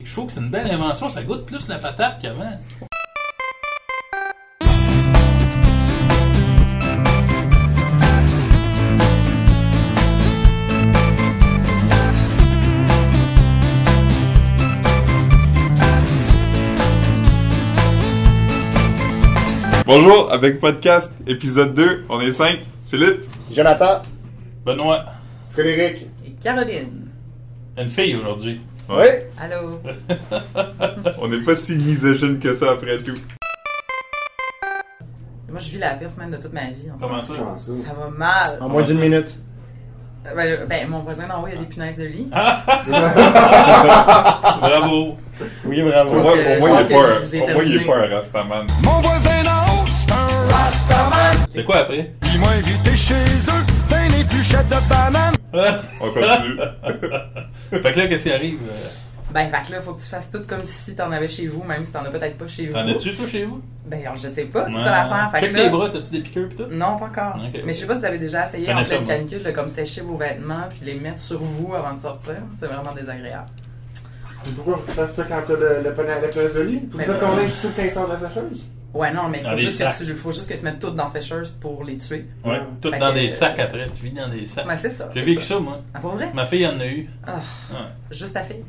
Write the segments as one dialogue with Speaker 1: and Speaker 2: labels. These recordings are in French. Speaker 1: Je trouve que c'est une belle invention, ça goûte plus la patate qu'avant.
Speaker 2: Bonjour, avec podcast, épisode 2, on est 5. Philippe,
Speaker 3: Jonathan,
Speaker 1: Benoît,
Speaker 3: Frédéric.
Speaker 4: Et Caroline.
Speaker 1: une fille aujourd'hui.
Speaker 2: Ouais.
Speaker 4: Allô.
Speaker 2: on n'est pas si misogyne que ça après tout.
Speaker 4: Moi, je vis la pire semaine de toute ma vie. en ce
Speaker 1: Comment ça?
Speaker 3: Comment ça?
Speaker 4: moment. Ça va mal.
Speaker 3: En moins d'une minute.
Speaker 4: Ben, le- ben, mon voisin d'en haut,
Speaker 1: Ah.
Speaker 4: il y a des punaises de lit.
Speaker 1: Bravo!
Speaker 3: Oui,
Speaker 2: Au
Speaker 3: bravo.
Speaker 2: moins,
Speaker 4: que-
Speaker 2: au moins,
Speaker 4: je
Speaker 2: il est
Speaker 4: pense
Speaker 2: pas
Speaker 4: que j'ai
Speaker 2: un- au moins, il est
Speaker 4: terminé.
Speaker 2: pas un rastaman.
Speaker 5: Mon voisin d'en haut, c'est un rastaman.
Speaker 1: C'est quoi après?
Speaker 5: Il m'a invité chez eux, fin épluchette de banane.
Speaker 2: On continue.
Speaker 1: fait que là, qu'est-ce qui arrive? Euh,
Speaker 4: Ben, fait que là, faut que tu fasses tout comme si t'en avais chez vous, même si t'en as peut-être pas chez vous.
Speaker 1: T'en as-tu, toi, chez vous?
Speaker 4: Ben, alors, je sais pas, c'est
Speaker 1: Ouais.
Speaker 4: ça l'affaire. Fait
Speaker 1: Check
Speaker 4: que
Speaker 1: tes
Speaker 4: là-
Speaker 1: bras, t'as-tu des piqûres pis tout?
Speaker 4: Non, pas encore.
Speaker 1: Ok.
Speaker 4: Mais je sais pas si vous avez déjà essayé
Speaker 1: Prenez
Speaker 4: en
Speaker 1: ça,
Speaker 4: pleine
Speaker 1: moi.
Speaker 4: canicule de comme sécher vos vêtements puis les mettre sur vous avant de sortir. C'est vraiment désagréable.
Speaker 3: Pourquoi tu fasses ça quand t'as le, le, pena- la place de lit? Pour
Speaker 4: Mais
Speaker 3: ça
Speaker 4: ben-
Speaker 3: qu'on est sur 1500 de la sacheuse?
Speaker 4: Ouais, non, mais
Speaker 1: Dans
Speaker 4: faut
Speaker 1: des
Speaker 4: juste,
Speaker 1: sacs.
Speaker 4: que tu, faut juste que tu mettes tout dans sécheuse pour les tuer.
Speaker 1: Ouais. Tout
Speaker 4: Fait
Speaker 1: dans
Speaker 4: que-
Speaker 1: des sacs après, tu vis dans des sacs.
Speaker 4: Ben, c'est ça.
Speaker 1: J'ai
Speaker 4: c'est
Speaker 1: vécu
Speaker 4: ça.
Speaker 1: ça, moi.
Speaker 4: Ah, pour vrai?
Speaker 1: Ma fille en a eu.
Speaker 4: Ah,
Speaker 1: Ouais.
Speaker 4: Juste ta fille.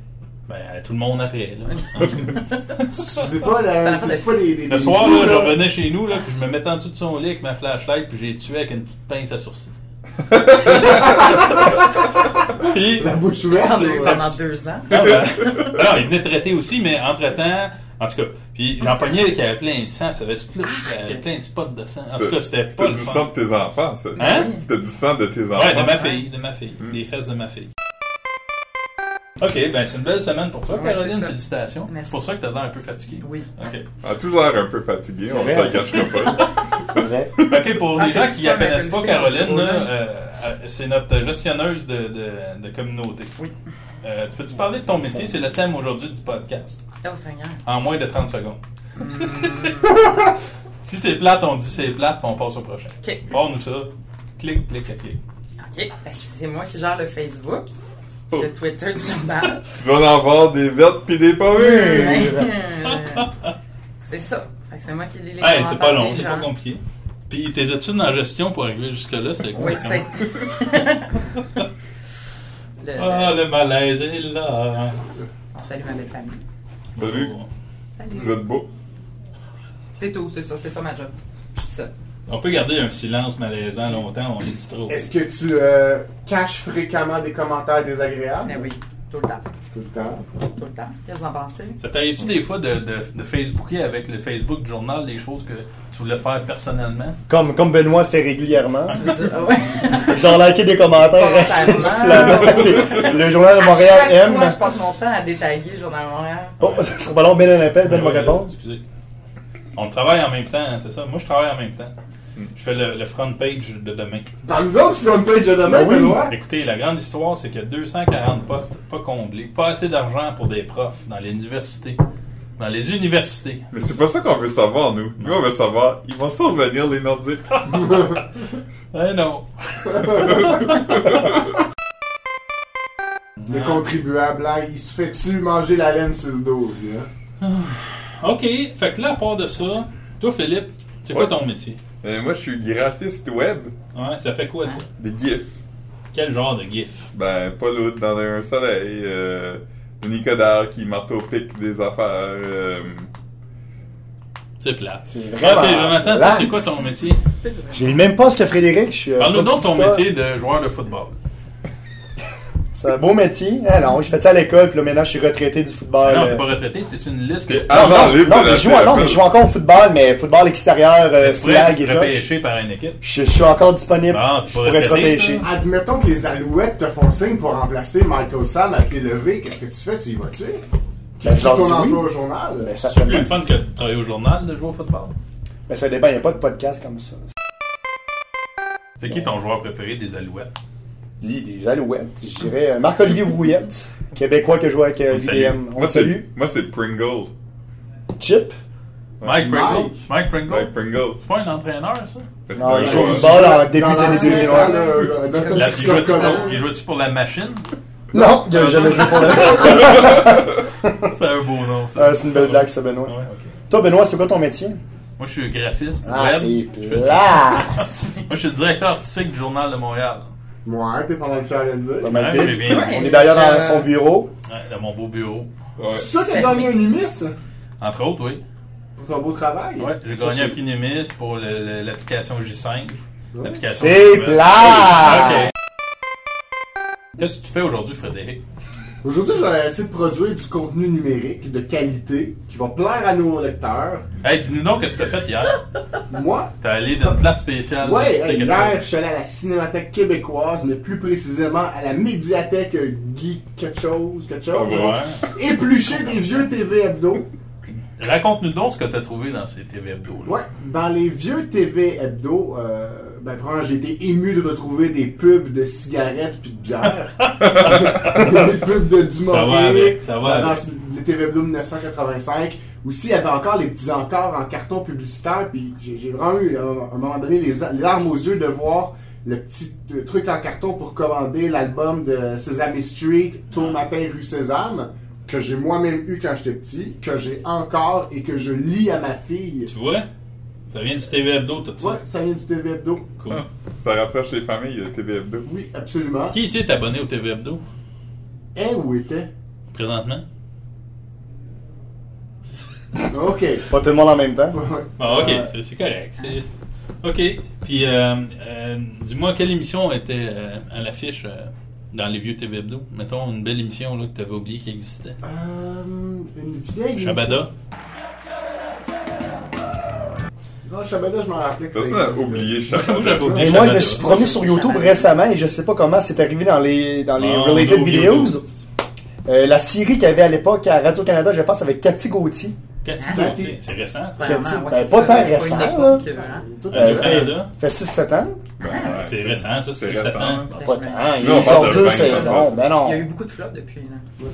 Speaker 1: Ben, tout le monde après, là.
Speaker 3: C'est pas
Speaker 4: Ça
Speaker 3: la.
Speaker 4: la fait
Speaker 3: C'est pas les. les-
Speaker 1: Le
Speaker 3: les-
Speaker 1: soir, là,
Speaker 3: les-
Speaker 1: je revenais chez nous, là, puis je me mettais en dessous de son lit avec ma flashlight, puis j'ai tué avec une petite pince à sourcils. puis,
Speaker 3: La bouche ouverte.
Speaker 4: Pendant
Speaker 3: ouais.
Speaker 4: pendant deux ans.
Speaker 1: non, ben, alors, il venait traiter aussi, mais entre-temps, en tout cas, puis j'en pognais qui avait plein de sang, puis ça avait splush, puis il y avait
Speaker 4: Ah, Ok.
Speaker 1: plein de spots de sang. En tout cas, c'était pas
Speaker 2: C'était
Speaker 1: le
Speaker 2: du sang
Speaker 1: fun.
Speaker 2: de tes enfants, ça.
Speaker 1: Hein?
Speaker 2: C'était du sang de tes enfants.
Speaker 1: Ouais, de ma fille, de ma fille. Des fesses de ma fille. Ok, ben c'est une belle semaine pour toi,
Speaker 4: Ouais, c'est
Speaker 1: Caroline.
Speaker 4: ça.
Speaker 1: Félicitations.
Speaker 4: Merci.
Speaker 1: C'est pour ça que t'as l'air un peu fatigué.
Speaker 4: Oui.
Speaker 1: Ok.
Speaker 2: On a Ah, toujours l'air un peu fatigué, on ne
Speaker 3: vrai.
Speaker 2: s'en cachera pas.
Speaker 3: C'est vrai.
Speaker 1: Ok, pour
Speaker 4: Ah,
Speaker 1: les
Speaker 4: c'est
Speaker 1: gens
Speaker 4: le
Speaker 1: qui
Speaker 4: fun
Speaker 1: ne connaissent
Speaker 4: d'être
Speaker 1: pas
Speaker 4: une fille dans ce
Speaker 1: Caroline, là,
Speaker 4: rôle-là.
Speaker 1: euh, euh, c'est notre gestionneuse de, de- de communauté.
Speaker 4: Oui.
Speaker 1: Euh, Peux-tu parler de ton métier? C'est le thème aujourd'hui du podcast.
Speaker 4: Oh Seigneur.
Speaker 1: En moins de 30 secondes.
Speaker 6: Mm.
Speaker 1: si c'est plate, on dit c'est plate, puis on passe au prochain.
Speaker 4: OK.
Speaker 1: Bon, nous ça. Clic, clic, clic, clic.
Speaker 4: OK. Ben, c'est moi qui gère le Facebook,
Speaker 2: Oh.
Speaker 4: le Twitter du journal.
Speaker 2: tu vas en avoir des vertes pis des pas mûres.
Speaker 4: c'est ça. Fait que c'est moi qui lis les
Speaker 1: Hey,
Speaker 4: commentaires
Speaker 1: c'est pas long,
Speaker 4: des
Speaker 1: c'est pas
Speaker 4: gens.
Speaker 1: compliqué. Puis tes études en gestion pour arriver jusque-là, c'est
Speaker 4: Oui,
Speaker 1: exactement-
Speaker 4: c'est... Le- le-
Speaker 1: Ah, le malaise est là.
Speaker 4: On salue ma belle famille.
Speaker 2: Salut,
Speaker 4: Salut.
Speaker 2: vous êtes beaux.
Speaker 4: C'est tout, c'est ça. C'est ça ma job. Je suis ça.
Speaker 1: On peut garder un silence malaisant longtemps, on est dit trop.
Speaker 3: Est-ce que tu euh, caches fréquemment des commentaires désagréables?
Speaker 4: Ben oui, tout le temps.
Speaker 3: Tout le temps.
Speaker 4: Tout le temps. Qu'est-ce que vous en pensez?
Speaker 1: Ça t'arrive-tu des fois de, de, de Facebooker avec le Facebook du journal des choses que tu voulais faire personnellement?
Speaker 6: Comme, comme Benoît fait régulièrement.
Speaker 4: Je veux dire, ah ouais.
Speaker 6: Genre liker des commentaires
Speaker 4: Volontairement.
Speaker 6: racistes. là. C'est- Le journal de
Speaker 4: à
Speaker 6: Montréal
Speaker 4: chaque
Speaker 6: aime.
Speaker 4: fois, je passe mon temps à détaguer le Journal de Montréal.
Speaker 6: Oh, ça sera pas long, Ben un appel, Ben
Speaker 1: Ouais,
Speaker 6: m'a répondu.
Speaker 1: excusez. On travaille en même temps, hein, c'est ça? Moi, je travaille en même temps. Je fais le, le front page de demain.
Speaker 3: Parle-nous autres front page de demain,
Speaker 6: Ben oui.
Speaker 3: Benoît.
Speaker 1: Écoutez, la grande histoire, c'est que 240 postes pas comblés, pas assez d'argent pour des profs dans les universités. Dans les universités.
Speaker 2: Mais c'est pas ça qu'on veut savoir, nous. Nous, on veut savoir, ils vont survenir, les Nordiques?
Speaker 1: Eh non! Ah.
Speaker 3: Le contribuable, là, il se fait-tu manger la laine sur le dos, lui, hein?
Speaker 1: OK, fait que là, à part de ça, toi, Philippe, c'est
Speaker 2: Ouais.
Speaker 1: quoi ton métier?
Speaker 2: Euh, moi, je suis graphiste web.
Speaker 1: Ouais, ça fait quoi, ça?
Speaker 2: Des gifs.
Speaker 1: Quel genre de gif?
Speaker 2: Ben, pas l'autre dans un soleil. Euh, Nicodard qui marteau-pique des affaires. euh,
Speaker 1: C'est plat.
Speaker 6: C'est
Speaker 1: Ok,
Speaker 6: vraiment.
Speaker 1: Jonathan, toi, c'est quoi ton métier?
Speaker 6: J'ai le même poste que Frédéric. Je suis, euh,
Speaker 1: Parle-nous donc de ton
Speaker 6: producteur.
Speaker 1: métier de joueur de football.
Speaker 6: C'est un beau métier. Ah non, je fais ça à l'école, puis là maintenant je suis retraité du football.
Speaker 1: non,
Speaker 6: euh,
Speaker 1: t'es pas retraité, t'es sur une liste que
Speaker 2: T'es
Speaker 1: tu
Speaker 2: avant
Speaker 6: non,
Speaker 2: libre
Speaker 6: non,
Speaker 2: de
Speaker 6: mais
Speaker 2: la
Speaker 6: je joue, non,
Speaker 2: CFL.
Speaker 6: mais je joue encore au football, mais football extérieur, euh, flag et
Speaker 1: pourrais
Speaker 6: tout.
Speaker 1: repêcher par une équipe.
Speaker 6: Je, je suis encore disponible.
Speaker 1: Ah, tu
Speaker 6: je
Speaker 1: pourrais
Speaker 6: pourrais
Speaker 1: traiter,
Speaker 6: repêcher.
Speaker 3: Admettons que les Alouettes te font signe pour remplacer Michael Sam avec les levées. Qu'est-ce que tu fais? Tu y vas-tu?
Speaker 6: Ben,
Speaker 3: Quittes-tu
Speaker 6: je leur
Speaker 3: ton
Speaker 6: dis oui.
Speaker 3: emploi au journal?
Speaker 6: Ben, ça
Speaker 1: C'est
Speaker 6: fait
Speaker 1: plus
Speaker 6: mal.
Speaker 1: le fun que de travailler au journal de jouer au football.
Speaker 6: Mais ça dépend, il n'y a pas de podcast comme ça.
Speaker 1: C'est qui ton joueur préféré des Alouettes?
Speaker 6: Lis des alouettes. Je dirais euh, Marc-Olivier Brouillette, québécois qui joue avec euh,
Speaker 1: On te salue.
Speaker 6: l'UDM. On
Speaker 2: moi,
Speaker 6: le salue.
Speaker 2: c'est, moi, c'est Pringle.
Speaker 6: Chip.
Speaker 1: Mike Pringle?
Speaker 3: Mike.
Speaker 1: Mike Pringle?
Speaker 2: Mike Ben, Pringle.
Speaker 1: C'est pas un entraîneur, ça?
Speaker 2: Ben, c'est
Speaker 6: Non,
Speaker 2: un
Speaker 6: il joue
Speaker 2: joueur.
Speaker 6: au football en
Speaker 3: Dans
Speaker 6: début des années
Speaker 3: l'ancien
Speaker 6: 2000.
Speaker 3: temps,
Speaker 6: ouais.
Speaker 3: là, euh, dans ton
Speaker 1: La-
Speaker 3: petit
Speaker 1: il jouait-tu
Speaker 3: colon.
Speaker 1: pour- il jouait-tu pour la machine?
Speaker 6: Non, il n'a jamais joué pour le
Speaker 1: C'est un beau nom, ça.
Speaker 6: Ah, c'est une belle blague, ça, Benoît.
Speaker 1: Ouais, ok.
Speaker 6: Toi, Benoît, c'est quoi ton métier?
Speaker 1: Moi, je suis graphiste.
Speaker 6: Ah,
Speaker 1: web.
Speaker 6: c'est
Speaker 1: Je fais-
Speaker 6: place!
Speaker 1: Moi, je suis le directeur artistique du Journal de Montréal.
Speaker 3: Ouais, t'es pas mal fier de le
Speaker 6: Pas
Speaker 3: dire.
Speaker 6: mal
Speaker 1: Ouais,
Speaker 6: pire.
Speaker 1: j'ai bien-
Speaker 6: On est d'ailleurs dans son bureau.
Speaker 1: Ouais, dans mon beau bureau.
Speaker 2: Ouais.
Speaker 3: Ça, t'es gagné un IMIS
Speaker 1: Entre autres, oui.
Speaker 3: pour ton beau travail.
Speaker 1: Ouais, j'ai
Speaker 6: Ça,
Speaker 1: gagné un
Speaker 6: c'est-
Speaker 1: prix Némis pour le- le- l'application J5. L'application
Speaker 6: C'est
Speaker 1: J5.
Speaker 6: plat!
Speaker 1: Ok. Qu'est-ce que tu fais aujourd'hui, Frédéric?
Speaker 3: Aujourd'hui, je vais essayer de produire du contenu numérique de qualité qui va plaire à nos lecteurs.
Speaker 1: Hey, dis-nous donc qu'est-ce que t'as fait hier.
Speaker 3: Moi,
Speaker 1: T'es allé d'une place
Speaker 2: Ah,
Speaker 1: spéciale.
Speaker 3: ouais,
Speaker 1: visiter
Speaker 3: hey,
Speaker 1: quelque
Speaker 3: hier, je
Speaker 1: chose.
Speaker 3: suis allé à la Cinémathèque québécoise, mais plus précisément à la médiathèque euh, Guy quelque chose, quelque chose.
Speaker 2: Ah ouais.
Speaker 3: Éplucher des vieux TV hebdo.
Speaker 1: Raconte-nous donc ce que t'as trouvé dans ces TV hebdo là.
Speaker 3: Ouais, dans les vieux TV hebdo, euh, ben, premièrement, j'ai été ému de retrouver des pubs de cigarettes puis de bière. des pubs de Dumont.
Speaker 1: Ça va avec, ça va
Speaker 3: Dans
Speaker 1: avec.
Speaker 3: le TV hebdo 1985. Aussi, il y avait encore les petits encarts en carton publicitaire, puis j'ai j'ai vraiment eu, à un moment donné, les a- les larmes aux yeux de voir le petit euh, truc en carton pour commander l'album de Sesame Street, Tôt matin, rue Sésame, que j'ai moi-même eu quand j'étais petit, que j'ai encore et que je lis à ma fille.
Speaker 1: Tu vois? Ça vient du TV hebdo tout ça.
Speaker 3: Ouais, ça vient du TV Hebdo.
Speaker 1: Cool.
Speaker 2: Ça rapproche les familles, euh, le TVF2.
Speaker 3: Oui, absolument.
Speaker 1: Ah. Qui ici est abonné au TV hebdo
Speaker 3: Eh, où était?
Speaker 1: présentement?
Speaker 3: OK.
Speaker 6: Pas tout le monde en même temps.
Speaker 1: Ah, ok,
Speaker 3: Euh,
Speaker 1: c'est- c'est correct. c'est- Ok, puis euh, euh, dis-moi quelle émission était euh, à l'affiche euh, dans les vieux TV Hebdo Mettons une belle émission là, que tu avais oublié qui existait.
Speaker 3: Euh, une vieille...
Speaker 1: Shabada.
Speaker 3: Non, Shabada, je m'en rappelais que ça
Speaker 2: Personne n'a
Speaker 3: existait.
Speaker 2: oublié
Speaker 1: Moi,
Speaker 2: Shabbat.
Speaker 1: j'avais oublié
Speaker 6: Et moi, je
Speaker 1: Shabada.
Speaker 6: me suis promis sur YouTube récemment et je sais pas comment c'est arrivé dans les, dans les
Speaker 1: Ah, on a
Speaker 6: related
Speaker 1: oublié
Speaker 6: videos.
Speaker 1: YouTube.
Speaker 6: Euh, la série qu'il y avait à l'époque à Radio-Canada, je pense, avec Cathy Gauthier.
Speaker 1: Cathy
Speaker 4: Ah,
Speaker 1: Gauthier,
Speaker 3: Cathy.
Speaker 1: c'est récent. ça?
Speaker 4: Vraiment,
Speaker 6: Ben,
Speaker 4: ouais,
Speaker 6: pas
Speaker 4: c'est
Speaker 6: tant
Speaker 4: ça, une
Speaker 6: récent,
Speaker 4: époque,
Speaker 6: là.
Speaker 4: hein.
Speaker 3: Tout à
Speaker 6: Euh,
Speaker 3: fait.
Speaker 6: fait
Speaker 1: Canada.
Speaker 6: fait 6-7 ans.
Speaker 2: Ben, ouais,
Speaker 1: C'est récent, ça, c'est
Speaker 2: C'est
Speaker 1: récent.
Speaker 2: récent.
Speaker 6: Pas
Speaker 4: Ben, je me-
Speaker 6: tant. Il y
Speaker 2: Non,
Speaker 6: a
Speaker 2: on parle
Speaker 6: genre
Speaker 2: de
Speaker 6: deux
Speaker 2: 20,
Speaker 6: saisons.
Speaker 2: ouais.
Speaker 6: Ben
Speaker 4: Il y a eu
Speaker 6: non.
Speaker 4: beaucoup de flops depuis. hein. Là.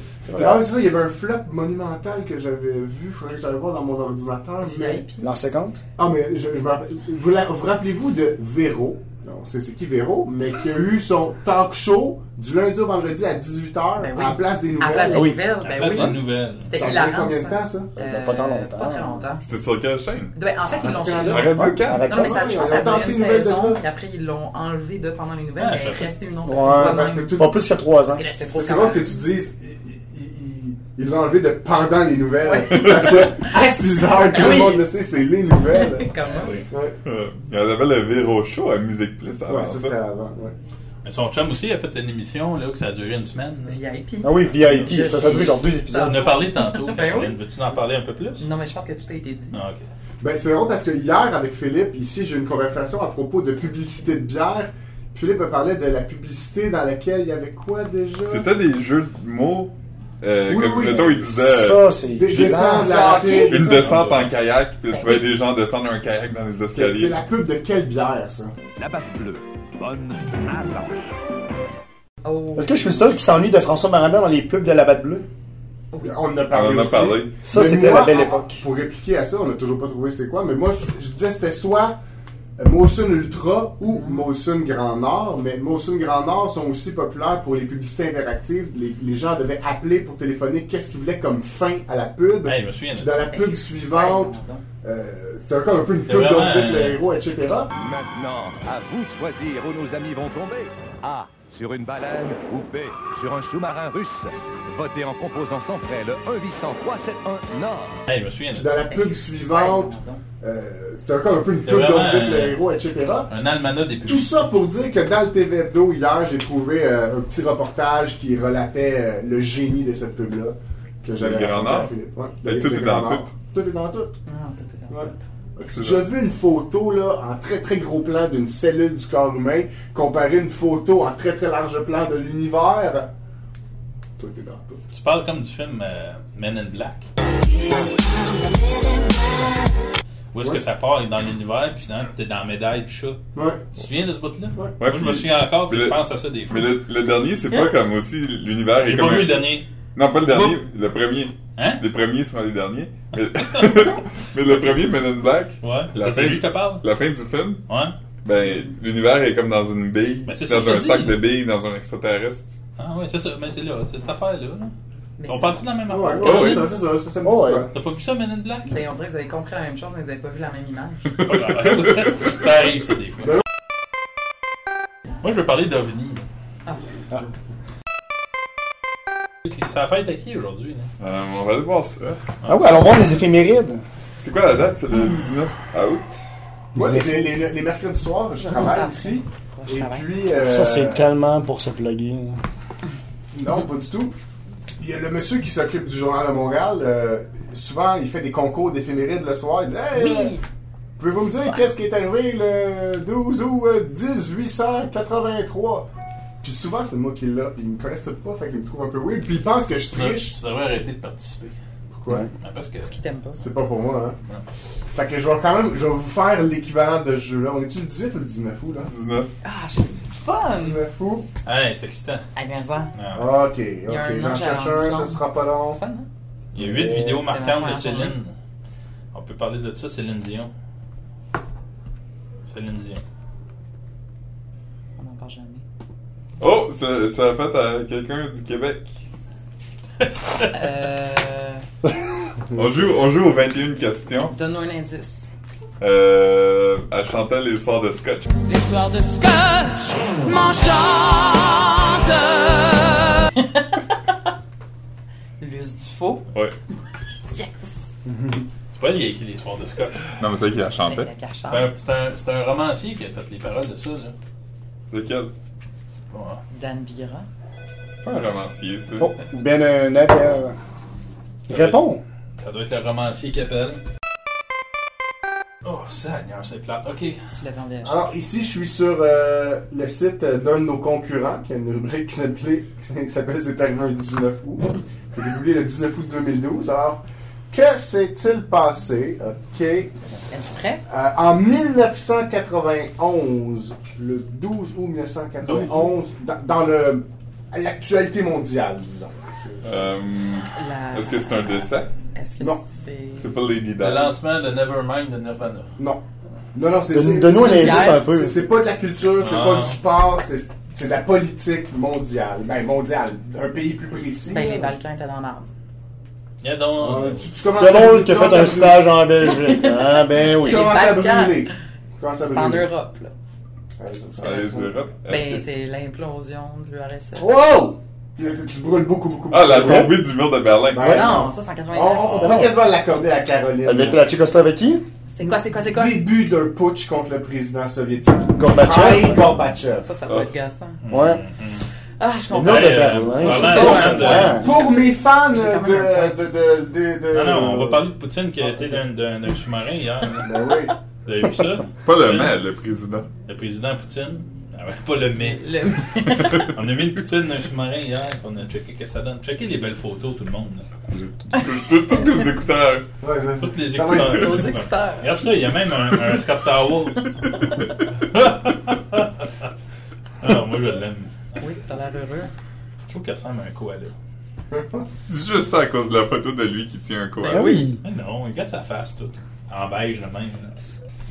Speaker 3: Ah oui, c'est ça, il y avait un flop monumental que j'avais vu, il faudrait que j'aille voir dans mon ordinateur. Mais...
Speaker 4: VIP.
Speaker 6: L'an 50.
Speaker 3: Ah, mais je, je me rappelle- vous, la- vous rappelez-vous de Véro? Non, c'est c'est qui Véro? Mais qui a eu son talk show du lundi au vendredi à 18h
Speaker 4: Ben oui.
Speaker 3: à la place des
Speaker 4: À
Speaker 3: nouvelles.
Speaker 4: la place des
Speaker 6: Ah oui.
Speaker 4: nouvelles,
Speaker 3: Ah,
Speaker 1: La
Speaker 4: ben
Speaker 1: place
Speaker 4: oui.
Speaker 1: des nouvelles.
Speaker 4: C'était
Speaker 3: Ça a duré
Speaker 4: hilarant.
Speaker 3: combien de temps, ça?
Speaker 4: Euh,
Speaker 6: Ben, Pas tant longtemps.
Speaker 4: Pas très longtemps.
Speaker 2: C'était sur quelle chaîne
Speaker 4: Ben, en fait, ils l'ont
Speaker 3: Ah,
Speaker 4: changé.
Speaker 2: La radio
Speaker 6: Ouais.
Speaker 2: can
Speaker 6: Arrête.
Speaker 4: Non, mais ça, je pense que ça
Speaker 3: Attends,
Speaker 4: a
Speaker 3: c'est
Speaker 4: duré
Speaker 3: une
Speaker 4: une
Speaker 3: nouvelle
Speaker 4: saison,
Speaker 3: nouvelle.
Speaker 4: puis après, ils l'ont enlevé de pendant les nouvelles,
Speaker 1: Ah,
Speaker 4: mais
Speaker 1: je sais.
Speaker 4: resté une autre.
Speaker 6: Ouais,
Speaker 4: saison
Speaker 3: Ah, parce que
Speaker 4: pendant-
Speaker 3: tout-
Speaker 6: Pas plus que 3 ans.
Speaker 4: Parce que là, c'était trop
Speaker 3: C'est
Speaker 4: quand
Speaker 3: drôle que
Speaker 4: même.
Speaker 3: tu dises, il- il- il l'a enlevé de pendant les nouvelles. Parce que à 6 heures, tout
Speaker 4: Ah Oui.
Speaker 3: le monde le sait, c'est les
Speaker 4: C'est
Speaker 3: nouvelles.
Speaker 4: comme
Speaker 1: Oui.
Speaker 3: Ouais,
Speaker 2: Euh, Il y en avait le Vero Show à Musique Plus avant
Speaker 3: ouais ça c'était
Speaker 2: ça.
Speaker 3: avant. Ouais.
Speaker 1: Mais son chum aussi a fait une émission là, que ça a duré une semaine. là.
Speaker 4: VIP.
Speaker 6: Ah oui, VIP.
Speaker 4: Je-
Speaker 6: ça, ça a duré genre deux
Speaker 1: On
Speaker 6: épisodes.
Speaker 1: en a parlé tantôt.
Speaker 4: Ben
Speaker 1: Caroline. Veux-tu en parler un peu plus
Speaker 3: Mm.
Speaker 4: Non, mais je pense que tout a été dit.
Speaker 1: Ah, ok.
Speaker 3: Ben, c'est drôle parce que hier, avec Philippe, ici, j'ai eu une conversation à propos de publicité de bière. Philippe me parlait de la publicité dans laquelle il y avait quoi déjà
Speaker 2: C'était des jeux de mots. euh,
Speaker 3: Oui,
Speaker 2: comme,
Speaker 3: oui.
Speaker 2: mettons, ils disaient euh,
Speaker 6: Ça, c'est.
Speaker 3: Des descends de
Speaker 6: génial.
Speaker 3: la
Speaker 4: C'est
Speaker 2: Ah, une
Speaker 3: C'est-
Speaker 2: descente en kayak, puis là, tu voyais des gens descendre un kayak dans les
Speaker 3: C'est
Speaker 2: escaliers.
Speaker 3: la pub de quelle bière, ça
Speaker 7: La batte bleue. Bonne attaque.
Speaker 4: Oh.
Speaker 6: Est-ce Ah. que je suis le seul qui s'ennuie de François Maranda dans les pubs de la Batte Bleue?
Speaker 4: oh Oui.
Speaker 3: On en a
Speaker 2: On
Speaker 3: parlé.
Speaker 2: en a
Speaker 3: aussi.
Speaker 2: parlé.
Speaker 6: Ça,
Speaker 3: Mais
Speaker 6: c'était
Speaker 3: moi,
Speaker 6: la belle
Speaker 3: en-
Speaker 6: époque.
Speaker 3: Pour répliquer à ça, on n'a toujours pas trouvé c'est quoi, mais moi, je, je disais c'était soit euh, Molson Ultra ou Molson Grand Nord, mais Molson Grand Nord sont aussi populaires pour les publicités interactives. Les, les gens devaient appeler pour téléphoner qu'est-ce qu'ils voulaient comme fin à la pub.
Speaker 1: Hey, je me souviens de
Speaker 3: Puis
Speaker 1: ça.
Speaker 3: dans la pub suivante, euh, c'était encore un peu une
Speaker 1: ben, C'est
Speaker 3: pub dont
Speaker 1: vraiment,
Speaker 3: disait que le
Speaker 1: euh,
Speaker 3: héros, etc.
Speaker 7: Maintenant, à vous de choisir où nos amis vont tomber. A. Sur une baleine ou B. Sur un sous-marin russe. Votez en composant sans frais le 1 800 371 Nord.
Speaker 1: Hey, je me souviens de
Speaker 3: Puis
Speaker 1: ça.
Speaker 3: dans la pub suivante, euh, c'était encore un peu une
Speaker 1: C'est
Speaker 3: pub dont
Speaker 1: vraiment,
Speaker 3: disait que le
Speaker 1: euh,
Speaker 3: héros, etc.
Speaker 1: Un almanach des
Speaker 3: Tout
Speaker 1: publicités.
Speaker 3: ça pour dire que dans le TV Hebdo hier, j'ai trouvé euh, un petit reportage qui relatait euh, le génie de cette pub-là. Que j'avais
Speaker 2: Le Grand
Speaker 3: raconté à
Speaker 2: Nord?
Speaker 3: Philippe. Ouais,
Speaker 2: Mais
Speaker 3: le-
Speaker 2: tout
Speaker 3: le
Speaker 2: est dans
Speaker 3: Grand Nord. Ben, Tout est dans tout.
Speaker 4: Non, Ah, tout est dans
Speaker 3: Ouais.
Speaker 4: tout.
Speaker 2: C'est
Speaker 3: J'ai vu une photo là, en très très gros plan d'une cellule du corps humain, comparée à une photo en très très large plan de l'univers. Tout est dans tout.
Speaker 1: Tu parles comme du film euh, Men in Black. Où est-ce
Speaker 3: Ouais.
Speaker 1: que ça part dans l'univers, puis finalement, t'es dans la médaille du chat.
Speaker 3: Ouais.
Speaker 1: Tu te souviens de ce bout-là? Moi,
Speaker 2: Ouais,
Speaker 1: je
Speaker 2: puis-
Speaker 1: me souviens encore, puis
Speaker 2: mais
Speaker 1: je
Speaker 2: le-
Speaker 1: pense à ça des fois.
Speaker 2: Mais le, le dernier, c'est pas comme aussi l'univers est
Speaker 1: J'ai pas
Speaker 2: comme.
Speaker 1: vu
Speaker 2: un-
Speaker 1: le dernier.
Speaker 2: Non, pas le dernier, le premier.
Speaker 1: Hein?
Speaker 2: Les premiers sont les derniers. Mais, mais le premier, Men in Black,
Speaker 1: Ouais.
Speaker 2: La
Speaker 1: Ça, C'est
Speaker 2: fin-
Speaker 1: lui que je te parle?
Speaker 2: la fin du film,
Speaker 1: Ouais.
Speaker 2: ben, l'univers est comme dans une bille,
Speaker 1: Ben, c'est ça
Speaker 2: dans
Speaker 1: que je
Speaker 2: un
Speaker 1: te
Speaker 2: sac
Speaker 1: dis.
Speaker 2: de billes, dans un extraterrestre.
Speaker 1: Ah ouais, c'est ça. Mais c'est là, c'est cette affaire-là. là.
Speaker 4: Mais
Speaker 1: On
Speaker 4: c'est-
Speaker 1: parle-tu de la même
Speaker 3: Ouais,
Speaker 1: affaire?
Speaker 3: ouais,
Speaker 2: oui.
Speaker 3: c'est ça, c'est ça, ça, ça me dit
Speaker 6: Oh,
Speaker 3: quoi.
Speaker 6: ouais.
Speaker 1: T'as pas vu ça, Men in Black? Ah,
Speaker 4: Ben, on dirait que vous avez compris la même chose, mais vous n'avez pas vu la même image.
Speaker 1: bah, ça arrive, ça, des fois. Moi, je veux parler d'OVNI.
Speaker 4: Ah.
Speaker 1: C'est la fête à qui aujourd'hui? là?
Speaker 2: Euh, on va aller voir ça.
Speaker 6: Ah ouais, allons voir les éphémérides.
Speaker 2: C'est quoi la date? C'est le Ah, 19 août?
Speaker 3: Moi, les, les, les, les mercredis soirs, je travaille ici.
Speaker 4: Je
Speaker 3: et
Speaker 4: travaille.
Speaker 3: puis. euh,
Speaker 6: Ça, c'est tellement pour se plugger.
Speaker 3: Non, pas du tout. Il y a le monsieur qui s'occupe du journal de Montréal. euh, souvent, il fait des concours d'éphémérides le soir. Il dit Hey, euh,
Speaker 4: Oui!
Speaker 3: Pouvez-vous me dire qu'est-ce qui est arrivé le 12 août euh, 1883? Puis souvent, c'est moi qui l'ai, puis ils me connaissent tout pas, fait qu'ils me trouvent un peu weird, puis ils pensent que je
Speaker 1: Tu devrais-
Speaker 3: triche.
Speaker 1: Tu devrais arrêter de participer.
Speaker 3: Pourquoi?
Speaker 1: Ah, Parce que.
Speaker 4: Parce qu'ils t'aiment pas.
Speaker 3: C'est pas pour moi, hein?
Speaker 1: Non.
Speaker 3: Fait que je vais quand même, je vais vous faire l'équivalent de ce jeu-là. On est-tu le 18 ou le 19 août, là?
Speaker 2: 19.
Speaker 4: Ah, je- c'est fun!
Speaker 3: 19 août?
Speaker 1: Hey, c'est excitant.
Speaker 4: Ah, bien ça.
Speaker 1: Ah.
Speaker 3: Ok,
Speaker 4: y a un
Speaker 3: ok, j'en
Speaker 4: ange
Speaker 3: cherche
Speaker 4: à
Speaker 3: un,
Speaker 4: l'horizon.
Speaker 3: ce sera pas long.
Speaker 4: Fun, hein?
Speaker 1: Il y a huit
Speaker 3: Euh,
Speaker 1: vidéos
Speaker 3: c'est
Speaker 1: marquantes de
Speaker 4: l'enfer,
Speaker 1: Céline. On peut parler de ça, Céline Dion. Céline Dion.
Speaker 4: On n'en parle jamais.
Speaker 2: Oh, ça, ça a fait à quelqu'un du Québec.
Speaker 4: Euh.
Speaker 2: On joue, on joue aux 21 questions.
Speaker 4: Donne-nous un indice.
Speaker 2: Euh, elle chantait les soirs de scotch.
Speaker 4: L'histoire de Scotch m'enchante! L'use du faux.
Speaker 2: Ouais.
Speaker 4: Yes!
Speaker 1: C'est pas lui qui a écrit les soirs de Scott.
Speaker 2: Non, mais c'est elle qui la
Speaker 4: Mais
Speaker 2: chantait.
Speaker 4: c'est cachant.
Speaker 1: C'est un, c'est un- c'est un romancier qui a fait les paroles de ça, là.
Speaker 2: Lequel?
Speaker 1: Bon, hein.
Speaker 4: Dan Bigra.
Speaker 2: C'est pas un romancier, ça.
Speaker 6: Oh, ben
Speaker 4: euh,
Speaker 6: un avion. Réponds.
Speaker 1: Ça doit être le romancier qui appelle. Oh, Seigneur, c'est plate. OK.
Speaker 4: Tu l'avais en VHS.
Speaker 3: Alors ici, je suis sur euh, le site euh, d'un de nos concurrents, qui a une rubrique qui s'appelait- qui s'appelle C'est arrivé le 19 août, qui a été publié le 19 août 2012. Alors, que s'est-il passé? OK.
Speaker 4: Est-ce prêt?
Speaker 3: Euh, en 1991, le 12 août 1991, dans, dans le l'actualité mondiale, disons.
Speaker 2: Euh,
Speaker 4: La-
Speaker 2: est-ce que c'est un dessin?
Speaker 4: Est-ce que
Speaker 3: Non.
Speaker 4: c'est.
Speaker 2: C'est pas Lady
Speaker 1: Le
Speaker 2: Di.
Speaker 1: lancement de Nevermind de Nirvana.
Speaker 3: Non. Non, non, c'est... c'est-
Speaker 6: Donne- Donne-nous un
Speaker 3: c'est-
Speaker 6: indice un
Speaker 3: C'est-
Speaker 6: peu.
Speaker 3: C'est pas de la culture, c'est
Speaker 1: Ah.
Speaker 3: pas du sport, c'est c'est de la politique mondiale. Ben, mondiale. Un pays plus précis.
Speaker 4: Ben,
Speaker 3: là.
Speaker 4: les Balkans étaient dans l'arbre.
Speaker 1: Y'a donc.
Speaker 3: Euh, tu, tu commences
Speaker 6: Quel
Speaker 3: à,
Speaker 6: drôle
Speaker 3: tu
Speaker 6: qui a
Speaker 3: commences
Speaker 6: fait
Speaker 3: à
Speaker 6: un
Speaker 3: brûler.
Speaker 6: stage en Belgique. Ah ben
Speaker 3: Tu
Speaker 6: oui.
Speaker 3: commences à
Speaker 4: Balkans.
Speaker 3: brûler. Tu commences à
Speaker 4: C'est en
Speaker 3: brûler.
Speaker 4: Europe, là.
Speaker 3: Ouais, ça, ça,
Speaker 2: Ah, les
Speaker 3: ça.
Speaker 2: Europes.
Speaker 4: Ben,
Speaker 2: Est-ce que-
Speaker 4: c'est l'implosion de l'URSS.
Speaker 3: Wow! Puis là, tu, tu brûles beaucoup, beaucoup.
Speaker 2: Ah, la
Speaker 3: beaucoup.
Speaker 2: tombée du mur de Berlin.
Speaker 3: Ben,
Speaker 4: Non, ça c'est en
Speaker 3: On,
Speaker 4: 89.
Speaker 3: on pourrait quasiment l'accorder à Caroline.
Speaker 6: Avec la Tchécoslovaquie?
Speaker 3: oh.
Speaker 4: C'était quoi, c'est quoi, c'est quoi?
Speaker 3: Début d'un putsch contre le président soviétique.
Speaker 6: Gorbatchev?
Speaker 3: Mikhail Gorbatchev.
Speaker 4: Ça, ça doit être gaston.
Speaker 6: Ouais.
Speaker 4: Ah, je
Speaker 6: Non,
Speaker 4: comprends.
Speaker 6: de
Speaker 1: Hey, euh,
Speaker 6: Berlin.
Speaker 1: parlant-
Speaker 6: Je suis
Speaker 4: hein,
Speaker 1: parlant de-
Speaker 6: content.
Speaker 3: Pour mes fans de,
Speaker 4: J'ai quand même un
Speaker 3: de, de, de, de-
Speaker 1: Non, Ah non, on va parler de Poutine qui a été d'un d'un- d'un sous-marin hier. là.
Speaker 3: Ben oui.
Speaker 1: Vous avez vu ça?
Speaker 2: Pas le maire, le président.
Speaker 1: Le président Poutine. Ah ouais, pas le mais.
Speaker 4: Le-
Speaker 1: On a mis le Poutine d'un sous-marin hier, puis on a checké que ça donne. Checkez les belles photos, tout le monde. là.
Speaker 2: Tous tous nos écouteurs.
Speaker 3: Ouais, ça-
Speaker 1: Toutes les
Speaker 3: ça va être-
Speaker 1: écouteurs.
Speaker 4: Nos écouteurs.
Speaker 1: Regarde ça, il y a même un, un Scott Towel. ah, moi je l'aime.
Speaker 4: Oui, t'as l'air heureux.
Speaker 1: Je trouve qu'elle ressemble à un koala.
Speaker 2: C'est juste ça à cause de la photo de lui qui tient un koala.
Speaker 6: Ah oui.
Speaker 1: Mais non, regarde sa face, tout. En beige, le même. là.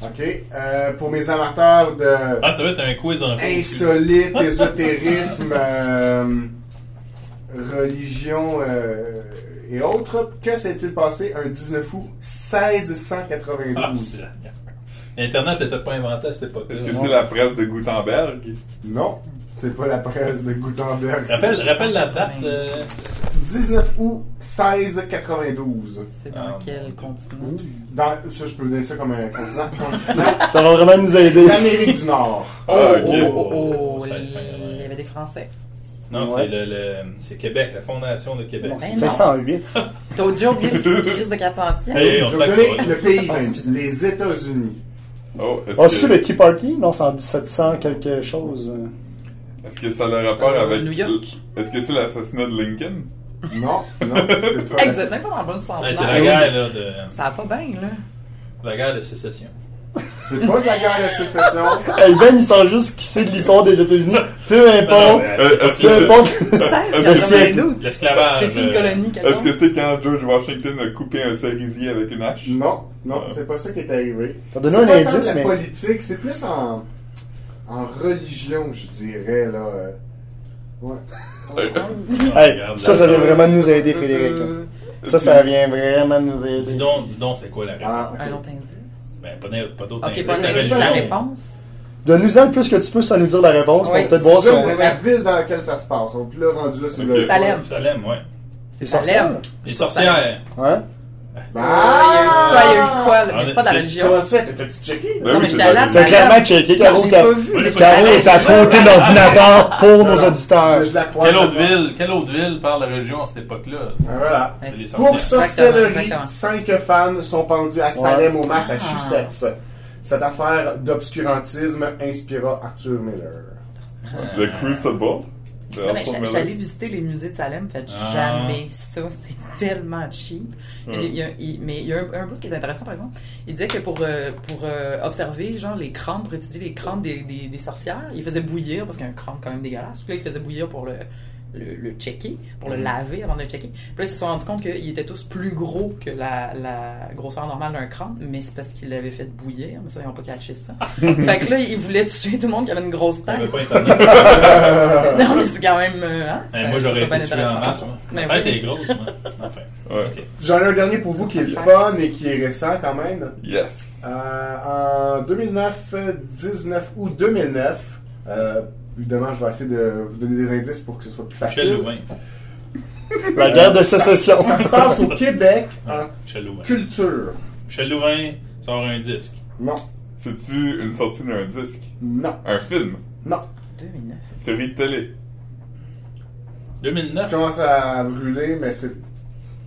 Speaker 3: Ok. euh, pour mes amateurs de
Speaker 1: Ah, ça va être un quiz en
Speaker 3: insolite, ésotérisme, euh, religion euh, et autres, que s'est-il passé un 19 août
Speaker 1: Ah,
Speaker 3: 1692
Speaker 1: c'est- Internet n'était pas inventé à cette époque-là.
Speaker 2: Est-ce que c'est la presse de Gutenberg?
Speaker 3: Non, c'est pas la presse de Gutenberg.
Speaker 1: Rappelle, rappelle la date. euh,
Speaker 3: 19 août 1692.
Speaker 4: C'est dans
Speaker 1: Ah,
Speaker 4: quel continent?
Speaker 3: Dans, ça, je peux donner ça comme un continent. continent.
Speaker 6: Ça va vraiment nous aider.
Speaker 3: L'Amérique du Nord.
Speaker 2: Ah, ok.
Speaker 4: Oh, oh, oh,
Speaker 1: Ça, ça,
Speaker 4: il y avait des Français.
Speaker 1: Non,
Speaker 6: Ouais.
Speaker 1: c'est le, le- c'est Québec, la fondation de Québec.
Speaker 4: Ben,
Speaker 6: C'est 508.
Speaker 4: T'as déjà oublié le crise de 400e?
Speaker 1: Hey, on Ah,
Speaker 3: je
Speaker 1: s'en
Speaker 3: vais vous donner
Speaker 1: colle.
Speaker 3: le pays
Speaker 4: Oh,
Speaker 3: même.
Speaker 4: excusez-moi.
Speaker 3: Les États-Unis.
Speaker 2: Oh, est-ce
Speaker 6: On su le
Speaker 2: que,
Speaker 6: Tea Party? Non, c'est en 1700 quelque chose.
Speaker 2: est-ce que ça a le rapport
Speaker 4: Euh,
Speaker 2: avec...
Speaker 4: New York.
Speaker 2: Est-ce que c'est l'assassinat de Lincoln?
Speaker 3: Non, non, c'est pas.
Speaker 4: Hey, vous êtes même pas dans la bonne
Speaker 1: Ouais,
Speaker 4: centenaire.
Speaker 1: c'est la guerre, là, de,
Speaker 4: Ça va pas bien, là.
Speaker 1: la guerre de sécession.
Speaker 3: C'est pas de la guerre de sécession.
Speaker 6: Hey Ben, il sent juste qui c'est de l'histoire des États-Unis. Peu importe.
Speaker 2: Euh, est-ce que
Speaker 6: Peu
Speaker 2: c'est...
Speaker 6: importe.
Speaker 4: 1692.
Speaker 1: L'esclavage.
Speaker 4: C'est une
Speaker 1: euh,
Speaker 4: colonie, quelle
Speaker 2: Est-ce que c'est quand George Washington a coupé un cerisier avec une hache?
Speaker 3: Non, non, c'est pas ça qui est arrivé.
Speaker 6: T'as
Speaker 3: C'est
Speaker 6: donné
Speaker 3: pas
Speaker 6: un
Speaker 3: tant de
Speaker 6: indice,
Speaker 3: la
Speaker 6: mais.
Speaker 3: politique, c'est plus en, en religion, je dirais, là. euh. Ouais.
Speaker 6: Hey,
Speaker 1: Regarde,
Speaker 6: ça,
Speaker 1: là,
Speaker 6: ça vient vraiment de nous aider, Frédéric. là. Ça, ça vient vraiment de nous
Speaker 1: Dis
Speaker 6: aider.
Speaker 1: donc, dis donc, c'est quoi la réponse?
Speaker 3: Ah,
Speaker 4: Un
Speaker 3: ok.
Speaker 4: autre indice.
Speaker 1: Ben, pas d'in- pas d'autre
Speaker 4: Ok,
Speaker 1: indice,
Speaker 4: pas
Speaker 1: la
Speaker 4: juste la
Speaker 1: religion.
Speaker 4: réponse.
Speaker 6: Donne-nous-en le plus que tu peux sans nous dire la réponse
Speaker 4: Oui.
Speaker 6: pour peut-être voir si
Speaker 3: C'est
Speaker 6: on...
Speaker 3: la-
Speaker 4: on-
Speaker 3: la ville dans laquelle ça se passe. Donc là, rendu là, c'est
Speaker 2: Ok.
Speaker 3: le.
Speaker 4: Salem.
Speaker 1: Salem, ouais.
Speaker 4: C'est
Speaker 6: Les sorcières?
Speaker 4: Salem.
Speaker 1: Les sorcières.
Speaker 6: Hein?
Speaker 4: Ah, Il y a eu quoi, il y a eu quoi? là?
Speaker 1: Ah,
Speaker 4: Mais c'est pas de la
Speaker 1: c'est-
Speaker 4: religion.
Speaker 3: Comment ça? T'as-tu checké?
Speaker 2: Ben oui,
Speaker 4: Non, mais
Speaker 2: c'est
Speaker 4: j'étais à
Speaker 2: la-
Speaker 4: l'as-
Speaker 6: T'as
Speaker 4: Salem.
Speaker 6: clairement checké, Caro.
Speaker 4: J'ai
Speaker 6: Car-
Speaker 4: pas vu, mais
Speaker 6: Caro est à côté de l'ordinateur pour nos auditeurs.
Speaker 3: Je, je la crois.
Speaker 1: Quelle
Speaker 3: je la
Speaker 1: autre
Speaker 3: crois.
Speaker 1: ville, quelle autre ville par la région à cette époque-là?
Speaker 3: Ah, Voilà.
Speaker 1: C'est les sorcières.
Speaker 3: Pour sorcellerie,
Speaker 4: Exactement.
Speaker 3: cinq femmes sont pendues à Salem au Massachusetts. Cette affaire d'obscurantisme inspira Arthur Miller.
Speaker 4: Ah.
Speaker 2: Le Crucible. de
Speaker 4: Non, mais
Speaker 2: Arthur
Speaker 4: j'étais
Speaker 2: Miller.
Speaker 4: j'étais allée visiter les musées de Salem, faites
Speaker 1: Ah.
Speaker 4: jamais ça, c'est tellement cheap. Il y a des- il y a- il- mais il y a un, un bout qui est intéressant, par exemple. Il disait que pour, euh, pour euh, observer genre, les crânes, pour étudier les crânes des, des, des sorcières, il faisait bouillir, parce qu'il y a un crâne quand même dégueulasse. Puis là, il faisait bouillir pour le, le, le checker, pour le laver avant de le checker. Puis là, ils se sont rendus compte qu'ils étaient tous plus gros que la, la grosseur normale d'un crâne, mais c'est parce qu'ils l'avaient fait bouillir, mais ça, ils n'ont pas catché ça. fait que là, ils voulaient tuer tout le monde qui avait une grosse
Speaker 1: Ça
Speaker 4: taille.
Speaker 1: veut pas étonner.
Speaker 4: Non, mais c'est quand même. euh, hein?
Speaker 1: Eh, moi,
Speaker 4: Euh, je
Speaker 1: j'aurais
Speaker 4: trouve ça
Speaker 1: été
Speaker 4: bien
Speaker 1: tué en
Speaker 4: intéressant.
Speaker 1: masse, moi.
Speaker 4: Mais
Speaker 1: Ma tête
Speaker 4: oui.
Speaker 1: est grosse, moi. Enfin.
Speaker 2: Ouais.
Speaker 1: Ok.
Speaker 3: J'en ai un dernier pour vous qui est le fun et qui est récent quand même.
Speaker 2: Yes.
Speaker 3: Euh, en 2009, euh, 19 août 2009, euh, évidemment, je vais essayer de vous donner des indices pour que ce soit plus
Speaker 1: Michel
Speaker 3: facile.
Speaker 1: Louvain.
Speaker 6: La guerre de sécession.
Speaker 3: Ça se passe au Québec en
Speaker 1: Michel Louvain.
Speaker 3: culture.
Speaker 1: Michel Louvain sort un disque.
Speaker 3: Non,
Speaker 2: C'est-tu une sortie d'un disque?
Speaker 3: non,
Speaker 2: Un film?
Speaker 3: non.
Speaker 4: 2009.
Speaker 2: Série de télé?
Speaker 3: Je
Speaker 1: 2009.
Speaker 3: commence à brûler, mais c'est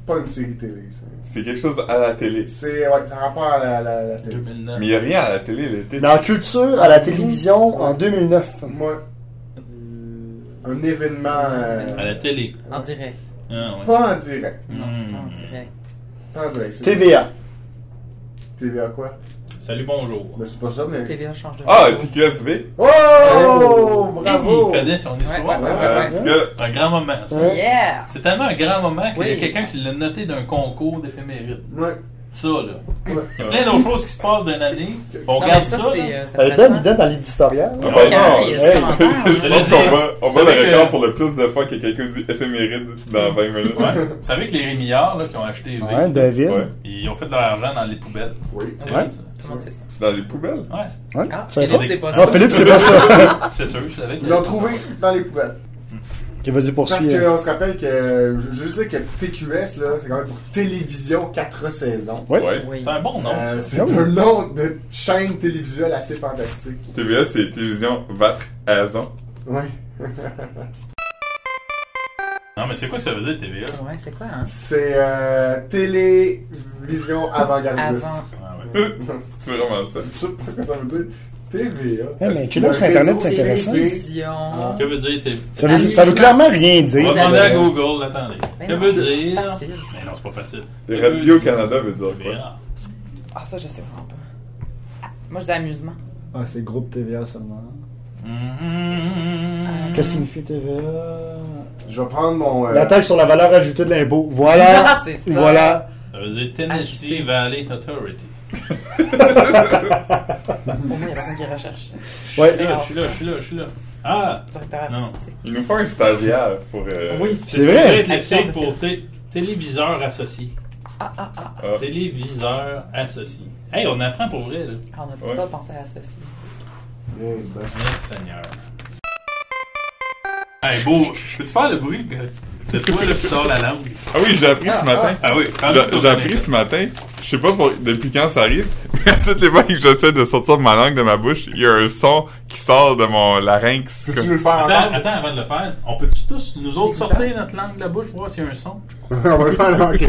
Speaker 3: pas une série télé. ça.
Speaker 2: C'est quelque chose à la télé.
Speaker 3: C'est ouais, ça a rapport à la, la- la télé.
Speaker 1: 2009.
Speaker 2: Mais il n'y a rien à la télé l'été.
Speaker 6: Dans culture, à la télévision, en 2009.
Speaker 3: Moi, un événement. euh,
Speaker 1: À la télé.
Speaker 4: En direct.
Speaker 1: Ah, ouais.
Speaker 3: pas en direct.
Speaker 4: Non,
Speaker 1: Hmm.
Speaker 4: pas en direct.
Speaker 3: Pas en direct. c'est-
Speaker 6: TVA.
Speaker 3: TVA quoi
Speaker 1: Salut, bonjour.
Speaker 3: Mais c'est pas ça, mais.
Speaker 4: TVA change de.
Speaker 2: Ah,
Speaker 4: numéro.
Speaker 2: TQSV?
Speaker 3: Oh,
Speaker 1: Oh!
Speaker 3: Bravo!
Speaker 1: Il connaît son histoire.
Speaker 4: Ouais, ouais, ouais.
Speaker 2: Euh, en tout cas,
Speaker 1: Un grand moment, ça.
Speaker 6: Ouais.
Speaker 4: Yeah!
Speaker 1: C'est tellement un grand moment qu'il y a
Speaker 4: Oui.
Speaker 1: quelqu'un qui l'a noté d'un concours d'éphéméride.
Speaker 3: Ouais.
Speaker 1: Ça, là. Il y a plein d'autres choses qui se passent d'une année. On
Speaker 4: Non, mais
Speaker 1: regarde
Speaker 4: ça,
Speaker 1: ça.
Speaker 4: c'est.
Speaker 1: là.
Speaker 4: euh, c'est
Speaker 6: Elle est belle,
Speaker 4: intéressant.
Speaker 6: il donne dans l'éditorial.
Speaker 2: en
Speaker 1: Ouais.
Speaker 2: passant,
Speaker 4: Il y a
Speaker 6: Ouais.
Speaker 4: des commentaires.
Speaker 2: Ah, je pense qu'on va, on va
Speaker 1: C'est
Speaker 2: le
Speaker 1: vrai que-
Speaker 2: record pour le plus de fois que quelqu'un dit éphéméride dans 20 minutes.
Speaker 1: Ouais. Vous savez que les Rémillards là, qui ont acheté V,
Speaker 6: Ouais, David.
Speaker 2: Ouais.
Speaker 1: ils ont fait leur argent dans les poubelles.
Speaker 3: Oui.
Speaker 1: C'est
Speaker 6: Ouais.
Speaker 1: vrai, ça?
Speaker 4: Tout le monde sait ça.
Speaker 2: Dans les poubelles?
Speaker 1: Ouais,
Speaker 6: Ouais.
Speaker 4: Ah,
Speaker 6: C'est
Speaker 4: Philippe,
Speaker 6: vrai.
Speaker 4: c'est pas ça.
Speaker 6: Ah, Philippe, c'est pas ça.
Speaker 1: c'est sûr, je savais que
Speaker 3: Ils l'ont trouvé dans les poubelles.
Speaker 6: Ok, vas-y,
Speaker 3: Parce
Speaker 6: poursuis.
Speaker 3: qu'on se rappelle que. Je, je sais que TQS, là, c'est quand même pour télévision 4 saisons.
Speaker 6: Ouais.
Speaker 4: Oui.
Speaker 1: C'est un bon nom.
Speaker 3: Euh, c'est
Speaker 6: Ah oui.
Speaker 3: un nom de chaîne télévisuelle assez fantastique.
Speaker 2: TVA, c'est Télévision Vatre Azon.
Speaker 3: Ouais.
Speaker 1: Non, mais c'est quoi que ça veut dire, TVA?
Speaker 4: Ouais, c'est quoi, hein?
Speaker 3: C'est euh, télévision avant-gardiste.
Speaker 4: Avant.
Speaker 1: Ah, ouais.
Speaker 2: c'est vraiment ça.
Speaker 3: Je sais pas ce que ça veut dire. hein. TVA.
Speaker 6: Eh, mais
Speaker 3: tu
Speaker 6: check-le sur Internet, c'est intéressant.
Speaker 4: Télévision.
Speaker 1: Que veut dire TVA?
Speaker 6: Ça veut, ça veut clairement rien dire.
Speaker 1: On va
Speaker 4: Ah, Vous
Speaker 1: demander
Speaker 4: avez-
Speaker 1: à Google, attendez.
Speaker 4: Ben
Speaker 1: que
Speaker 4: non,
Speaker 1: veut
Speaker 4: c'est
Speaker 1: dire.
Speaker 4: facile.
Speaker 1: Mais non, c'est pas facile. Que veut
Speaker 2: Radio-Canada veut dire quoi?
Speaker 1: TVA.
Speaker 4: Ah, ça, je sais vraiment pas. Ah, Moi, je dis amusement.
Speaker 8: Ah, c'est groupe TVA seulement.
Speaker 6: Qu'est-ce que signifie TVA?
Speaker 3: Je vais prendre mon. euh,
Speaker 6: La taxe sur la valeur ajoutée de l'impôt.
Speaker 4: Ah,
Speaker 6: Voilà.
Speaker 4: c'est ça.
Speaker 6: Voilà.
Speaker 1: Ça veut dire Tennessee
Speaker 4: Ajouter.
Speaker 1: Valley Authority.
Speaker 4: Au moins, il y a personne qui recherche.
Speaker 1: Je suis là, je suis là, je suis là, je suis là. Ah!
Speaker 4: Directeur
Speaker 1: Non.
Speaker 4: artistique.
Speaker 2: Il nous faut un stagiaire pour... euh,
Speaker 4: Oui.
Speaker 6: C'est vrai.
Speaker 1: Peut-être le
Speaker 4: Action,
Speaker 1: sigle pour té- téléviseur associé.
Speaker 2: Ah.
Speaker 1: Téléviseur associé. Hey, on apprend pour vrai, là.
Speaker 4: Ah, on n'a
Speaker 2: Ouais.
Speaker 4: pas pensé à ceci.
Speaker 3: eh ben,
Speaker 1: Yes, Seigneur. Hey, beau. Peux-tu faire le bruit de, de toi, là, qui sort la langue?
Speaker 2: Ah oui, j'ai appris ce matin.
Speaker 1: Ah oui, prends-le
Speaker 2: J'ai-
Speaker 1: pour
Speaker 2: J'ai
Speaker 1: ton
Speaker 2: appris ce matin, je sais pas pour- depuis quand ça arrive, mais à toutes les fois que j'essaie de sortir ma langue de ma bouche, il y a un son qui sort de mon larynx.
Speaker 3: Peux-tu
Speaker 2: comme-
Speaker 3: nous le faire
Speaker 1: Attends,
Speaker 3: entendre?
Speaker 1: attends, avant de le faire, on peut-tu tous, nous autres, sortir notre langue de la bouche, voir s'il y a un son?
Speaker 3: On va le faire là, ok.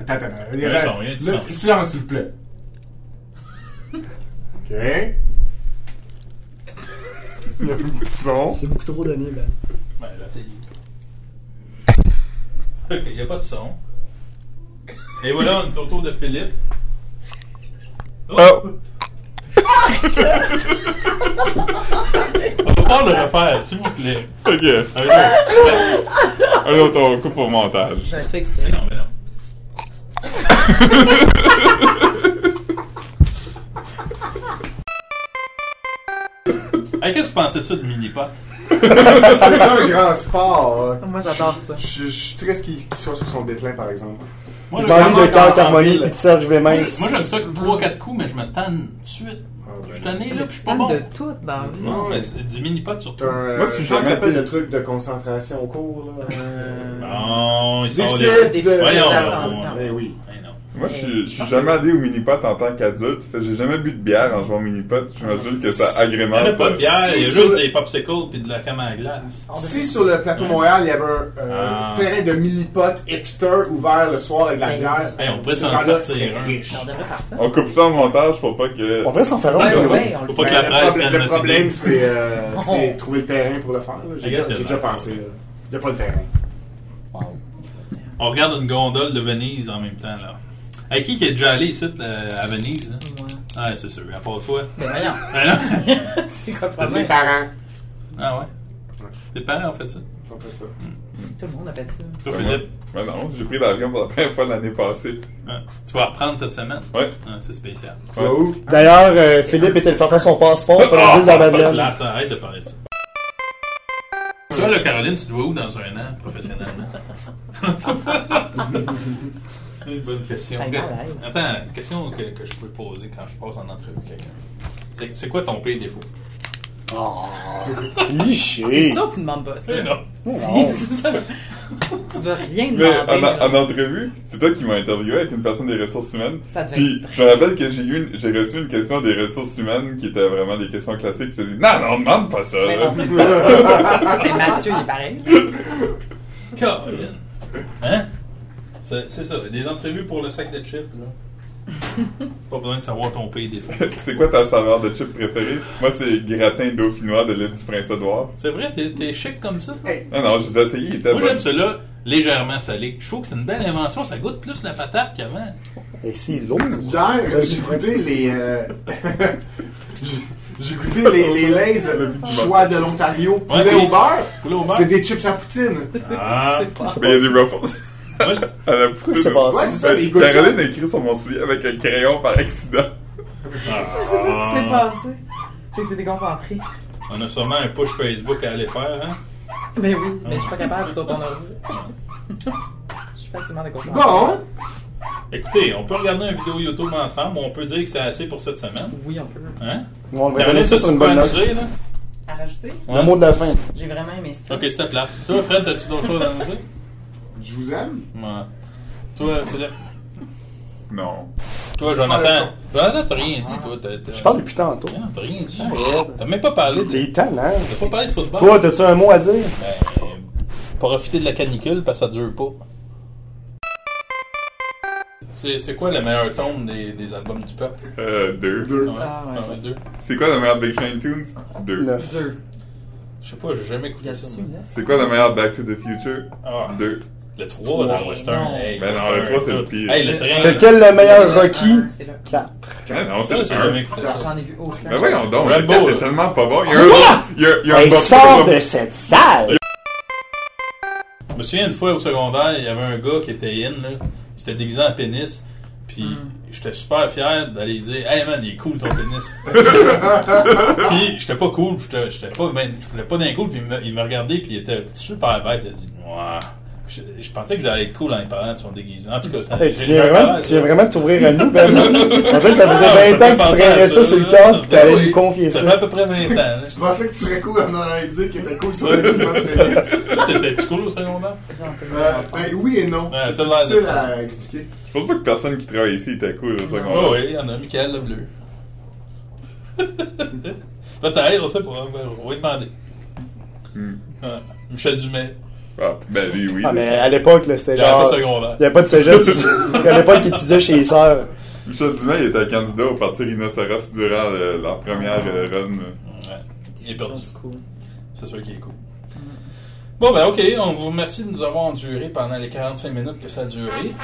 Speaker 3: Attends, attends, attends. Il y
Speaker 1: Ouais,
Speaker 3: a-
Speaker 1: ça, il y a du
Speaker 3: le-
Speaker 1: son.
Speaker 3: Silence, s'il vous plaît. Ok. Il y a un petit son.
Speaker 6: C'est beaucoup trop donné, là.
Speaker 1: Ben, là, c'est... OK, il n'y a pas de son. Et voilà, on est autour de Philippe.
Speaker 2: Oh!
Speaker 1: On va pas le refaire, s'il vous plaît.
Speaker 2: Ok.
Speaker 1: Avec un-
Speaker 2: Allez, on t'en coupe au montage.
Speaker 4: J'avais fait exprès.
Speaker 1: Non, mais non. hey, qu'est-ce que tu pensais de ça de mini-pot?
Speaker 3: C'est un grand sport. hein.
Speaker 4: Moi, j'adore ça.
Speaker 3: Je je suis triste qu'il qu'il soit sur son déclin, par exemple.
Speaker 1: Moi,
Speaker 6: Je
Speaker 1: j'aime-
Speaker 6: m'ennuie de
Speaker 3: vraiment
Speaker 6: Carl
Speaker 3: dans la
Speaker 6: Carmoni
Speaker 3: ville.
Speaker 6: et de Serge Vémin.
Speaker 1: moi, j'aime ça que 3-4 coups, mais je me tanne tout de suite.
Speaker 3: Ah,
Speaker 1: Je
Speaker 3: ben,
Speaker 1: suis tanné, là, puis je suis pas
Speaker 4: Fan de
Speaker 1: bon.
Speaker 4: tout dans la vie.
Speaker 1: Non, mais c'est du mini-pot surtout.
Speaker 3: t'as un-
Speaker 2: Moi, si
Speaker 3: comment
Speaker 2: jamais
Speaker 3: ça s'appelle
Speaker 2: été-
Speaker 3: le truc de concentration au cours, là. Euh,
Speaker 1: Non, il sort
Speaker 3: Déficit
Speaker 1: des...
Speaker 3: de-
Speaker 1: Voyons,
Speaker 4: d'attention.
Speaker 1: on-
Speaker 3: Eh oui.
Speaker 1: Ben non.
Speaker 2: Moi, je suis- je suis jamais allé au mini-pot en tant qu'adulte. Fait que J'ai jamais bu de bière en jouant au mini-pot. J'imagine que ça
Speaker 1: Il n'y a
Speaker 2: agrémente. euh,
Speaker 1: pas de bière, il y a
Speaker 3: Si,
Speaker 1: juste
Speaker 3: ça-
Speaker 1: des popsicles puis de la cam à glace.
Speaker 4: On
Speaker 3: Si sur le plateau Montréal, il y avait un euh,
Speaker 1: Ah.
Speaker 3: terrain de mini-pot hipster ouvert le soir avec de la
Speaker 4: Ben,
Speaker 3: bière,
Speaker 1: Hey, on pourrait
Speaker 3: ces
Speaker 1: s'en
Speaker 3: gens-là
Speaker 1: partir
Speaker 3: seraient
Speaker 1: un.
Speaker 3: riches.
Speaker 4: on devrait faire ça.
Speaker 2: On coupe ça en montage pour pas que.
Speaker 6: On devrait s'en faire un.
Speaker 4: Ouais,
Speaker 6: par exemple.
Speaker 4: ouais, on le
Speaker 1: Faut pas
Speaker 4: fait.
Speaker 1: que
Speaker 3: Ben,
Speaker 1: la presse
Speaker 3: le problème,
Speaker 1: prenne
Speaker 3: le
Speaker 1: notre
Speaker 3: problème,
Speaker 1: idée.
Speaker 3: c'est euh, c'est trouver le terrain pour le faire. là. J'ai
Speaker 1: I guess
Speaker 3: déjà,
Speaker 1: you're
Speaker 3: j'ai déjà
Speaker 1: right.
Speaker 3: pensé. là. J'ai pas le terrain.
Speaker 1: On regarde une gondole de Venise en même temps, là. À qui qui est déjà allé ici, là, à Venise? là?
Speaker 4: Moi.
Speaker 1: Ah, c'est sûr, à part toi.
Speaker 4: Mais voyons.
Speaker 1: Ah non?
Speaker 4: C'est quoi le
Speaker 3: Mes
Speaker 4: problème?
Speaker 3: parents.
Speaker 1: Ah ouais? Tes parents ont fait ça?
Speaker 3: on fait ça.
Speaker 4: Tout le monde appelle ça.
Speaker 1: Toi,
Speaker 2: Ouais,
Speaker 1: Philippe,
Speaker 2: moi- ouais, non, j'ai pris l'avion pour la première fois l'année passée.
Speaker 1: hein, tu vas reprendre cette semaine?
Speaker 2: Ouais.
Speaker 1: Ah, c'est spécial.
Speaker 3: Tu vas où?
Speaker 6: D'ailleurs, euh, Philippe était le faire faire son passeport pour la ville de la
Speaker 1: Ça,
Speaker 6: Madeleine.
Speaker 1: là, ça, arrête de parler de ça. Toi, là, Caroline, tu te vois où dans un an, professionnellement? Une bonne question.
Speaker 4: Hey, malaise.
Speaker 1: Attends, une question que, que je peux poser quand je passe en entrevue avec quelqu'un. C'est- C'est quoi ton pire défaut?
Speaker 4: C'est
Speaker 6: Liché.
Speaker 4: sûr que tu ne demandes pas ça.
Speaker 1: Eh non.
Speaker 4: Si, c'est ça. tu dois rien
Speaker 2: Mais en,
Speaker 4: demander. là.
Speaker 2: en entrevue, c'est toi qui m'as interviewé avec une personne des ressources humaines.
Speaker 4: Ça devait
Speaker 2: Puis
Speaker 4: être
Speaker 2: je me rappelle que j'ai eu une- j'ai reçu une question des ressources humaines qui était vraiment des questions classiques. Puis t'as dit non, non, demande pas ça.
Speaker 4: Mais
Speaker 2: là.
Speaker 4: non, c'est Mais Mathieu, il est pareil.
Speaker 1: Caroline. Hein? C'est c'est ça, des entrevues pour le sac de chips, là. Pas besoin de savoir ton pire défaut.
Speaker 2: c'est quoi ta saveur de chip préférée Moi, c'est gratin dauphinois de l'île du Prince-Édouard.
Speaker 1: C'est vrai, t'es t'es chic comme ça, toi?
Speaker 2: Non, non, je les ai essayés, ils étaient
Speaker 1: Moi, j'aime
Speaker 2: bons.
Speaker 1: celui-là légèrement salé. Je trouve que c'est une belle invention. Ça goûte plus la patate qu'avant.
Speaker 6: Et c'est lourd.
Speaker 3: Hier, j'ai goûté les. euh, j'ai- j'ai goûté les, les Lays euh, du choix de l'Ontario.
Speaker 1: Ouais,
Speaker 3: Poulet
Speaker 1: puis-
Speaker 3: au beurre.
Speaker 1: Poulet au beurre.
Speaker 3: C'est des chips à poutine.
Speaker 1: Ah,
Speaker 2: Mais il y a des ruffles.
Speaker 1: voilà.
Speaker 2: À la poutine. Ben,
Speaker 6: c'est passé?
Speaker 3: Ouais, c'est ça, les goûts de
Speaker 2: Caroline
Speaker 3: ça.
Speaker 2: a écrit sur mon soulier avec un crayon par accident.
Speaker 4: Je sais pas ce qui s'est passé. J'ai été déconcentrée.
Speaker 1: Ah. On a sûrement un push Facebook à aller faire, hein?
Speaker 4: Mais oui, mais je suis pas capable sur ton ordi. Je suis facilement déconcentrée.
Speaker 3: Bon,
Speaker 1: Écoutez, on peut regarder une vidéo YouTube ensemble. On peut dire que c'est assez pour cette semaine.
Speaker 4: Oui, un peu.
Speaker 1: Hein?
Speaker 6: On va
Speaker 1: Caroline,
Speaker 6: revenir ça
Speaker 1: t'as-tu
Speaker 6: sur une
Speaker 1: quoi
Speaker 6: bonne
Speaker 1: à
Speaker 6: note.
Speaker 1: nous dire, là? Hein?
Speaker 4: À rajouter,
Speaker 6: Le mot de la fin.
Speaker 4: j'ai vraiment aimé ça.
Speaker 1: Ok, c'était plat. Toi, Fred, t'as-tu d'autres choses à nous dire?
Speaker 3: je vous aime.
Speaker 1: Ouais. Toi, Philippe.
Speaker 2: Non.
Speaker 1: Toi, Jonathan. Jonathan, t'as rien dit, toi. T'as, t'as-
Speaker 6: Je parle depuis tantôt.
Speaker 1: Non, t'as rien dit. T'as même pas parlé de...
Speaker 6: Des talents.
Speaker 1: T'as pas parlé de football.
Speaker 6: Toi, t'as-tu un mot à dire?
Speaker 1: Ben, profiter de la canicule parce que ça dure pas. C'est, c'est quoi le meilleur tome des, des albums du peuple?
Speaker 2: Euh, deux.
Speaker 3: Deux.
Speaker 1: Ouais,
Speaker 4: Ah, ouais.
Speaker 1: ouais, deux.
Speaker 2: C'est quoi la meilleure Big Shine Tunes? Deux.
Speaker 6: Neuf.
Speaker 4: Deux.
Speaker 1: Je sais pas, j'ai jamais
Speaker 4: Il y a
Speaker 1: écouté ça.
Speaker 4: dessus,
Speaker 1: moi.
Speaker 4: là.
Speaker 2: C'est quoi la meilleure Back to the Future?
Speaker 1: Ah,
Speaker 2: Deux.
Speaker 1: le 3 dans
Speaker 4: Non.
Speaker 1: Western. Hey,
Speaker 2: Ben non,
Speaker 1: Western,
Speaker 2: le trois, c'est le
Speaker 1: tout.
Speaker 2: pire.
Speaker 1: Hey, le train.
Speaker 6: C'est quel le meilleur
Speaker 4: C'est le
Speaker 6: Rocky?
Speaker 4: un, C'est le.
Speaker 6: Quatre.
Speaker 2: Ah non, c'est
Speaker 1: Ça, j'ai
Speaker 2: le
Speaker 1: jamais
Speaker 2: un.
Speaker 1: écouté ça.
Speaker 4: J'en ai vu aucun.
Speaker 2: Mais Ben voyons donc,
Speaker 1: Rambo,
Speaker 2: le
Speaker 1: là.
Speaker 2: est tellement pas bon. Il y a un, il y a, il y a un
Speaker 6: Elle
Speaker 2: morceau
Speaker 6: sort
Speaker 2: dans-
Speaker 6: de cette salle!
Speaker 1: Je me souviens, une fois au secondaire, il y avait un gars qui était in, là. Il s'était déguisé en pénis. Puis, j'étais super fier d'aller dire Hey man, il est cool ton pénis. puis, j'étais pas cool. J'étais j'étais pas, ben, je voulais pas d'un cool. Puis, il me, il me regardait. Puis, il était super bête. Il a dit Ouah. Puis Je, je pensais que j'allais être cool en lui parlant de son déguisement. En tout cas, c'était.
Speaker 6: Hey, tu viens vraiment, tu viens vraiment de t'ouvrir à nous, Ben. En fait, ça
Speaker 1: Ah,
Speaker 6: faisait 20 ans que tu traînais ça sur le cœur pis t'allais nous confier
Speaker 1: Ça fait à
Speaker 6: ça.
Speaker 1: peu près 20 ans. là.
Speaker 3: Tu pensais que tu serais cool en allant dire qu'il était cool sur le glissement de pénis.
Speaker 1: T'étais-tu cool au secondaire
Speaker 3: Euh, ben oui et non.
Speaker 1: Ouais,
Speaker 3: c'est
Speaker 1: ça a l'air de
Speaker 3: difficile
Speaker 1: ça.
Speaker 3: à expliquer.
Speaker 2: Je pense pas que personne qui travaille ici était cool au
Speaker 1: Oui,
Speaker 2: secondaire.
Speaker 1: oui, Ah il y en a Michael le bleu. Peut-être, on sait pas, on va, on va demander.
Speaker 2: Hmm.
Speaker 1: Ah, Michel Dumais,
Speaker 2: Ah, ben lui, oui.
Speaker 6: Ah, mais à l'époque, là, c'était
Speaker 1: il a
Speaker 6: genre.
Speaker 1: pas secondaire.
Speaker 6: Il n'y avait pas de cégep, c'est ça. À l'époque, il étudiait chez les sœurs.
Speaker 2: Michel Dumais il était candidat au parti Rhinoceros durant euh, leur première euh, run.
Speaker 1: Ouais, il est perdu.
Speaker 4: C'est cool.
Speaker 1: C'est sûr qu'il est cool. Bon, ben ok, on vous remercie de nous avoir enduré pendant les 45 minutes que ça a duré.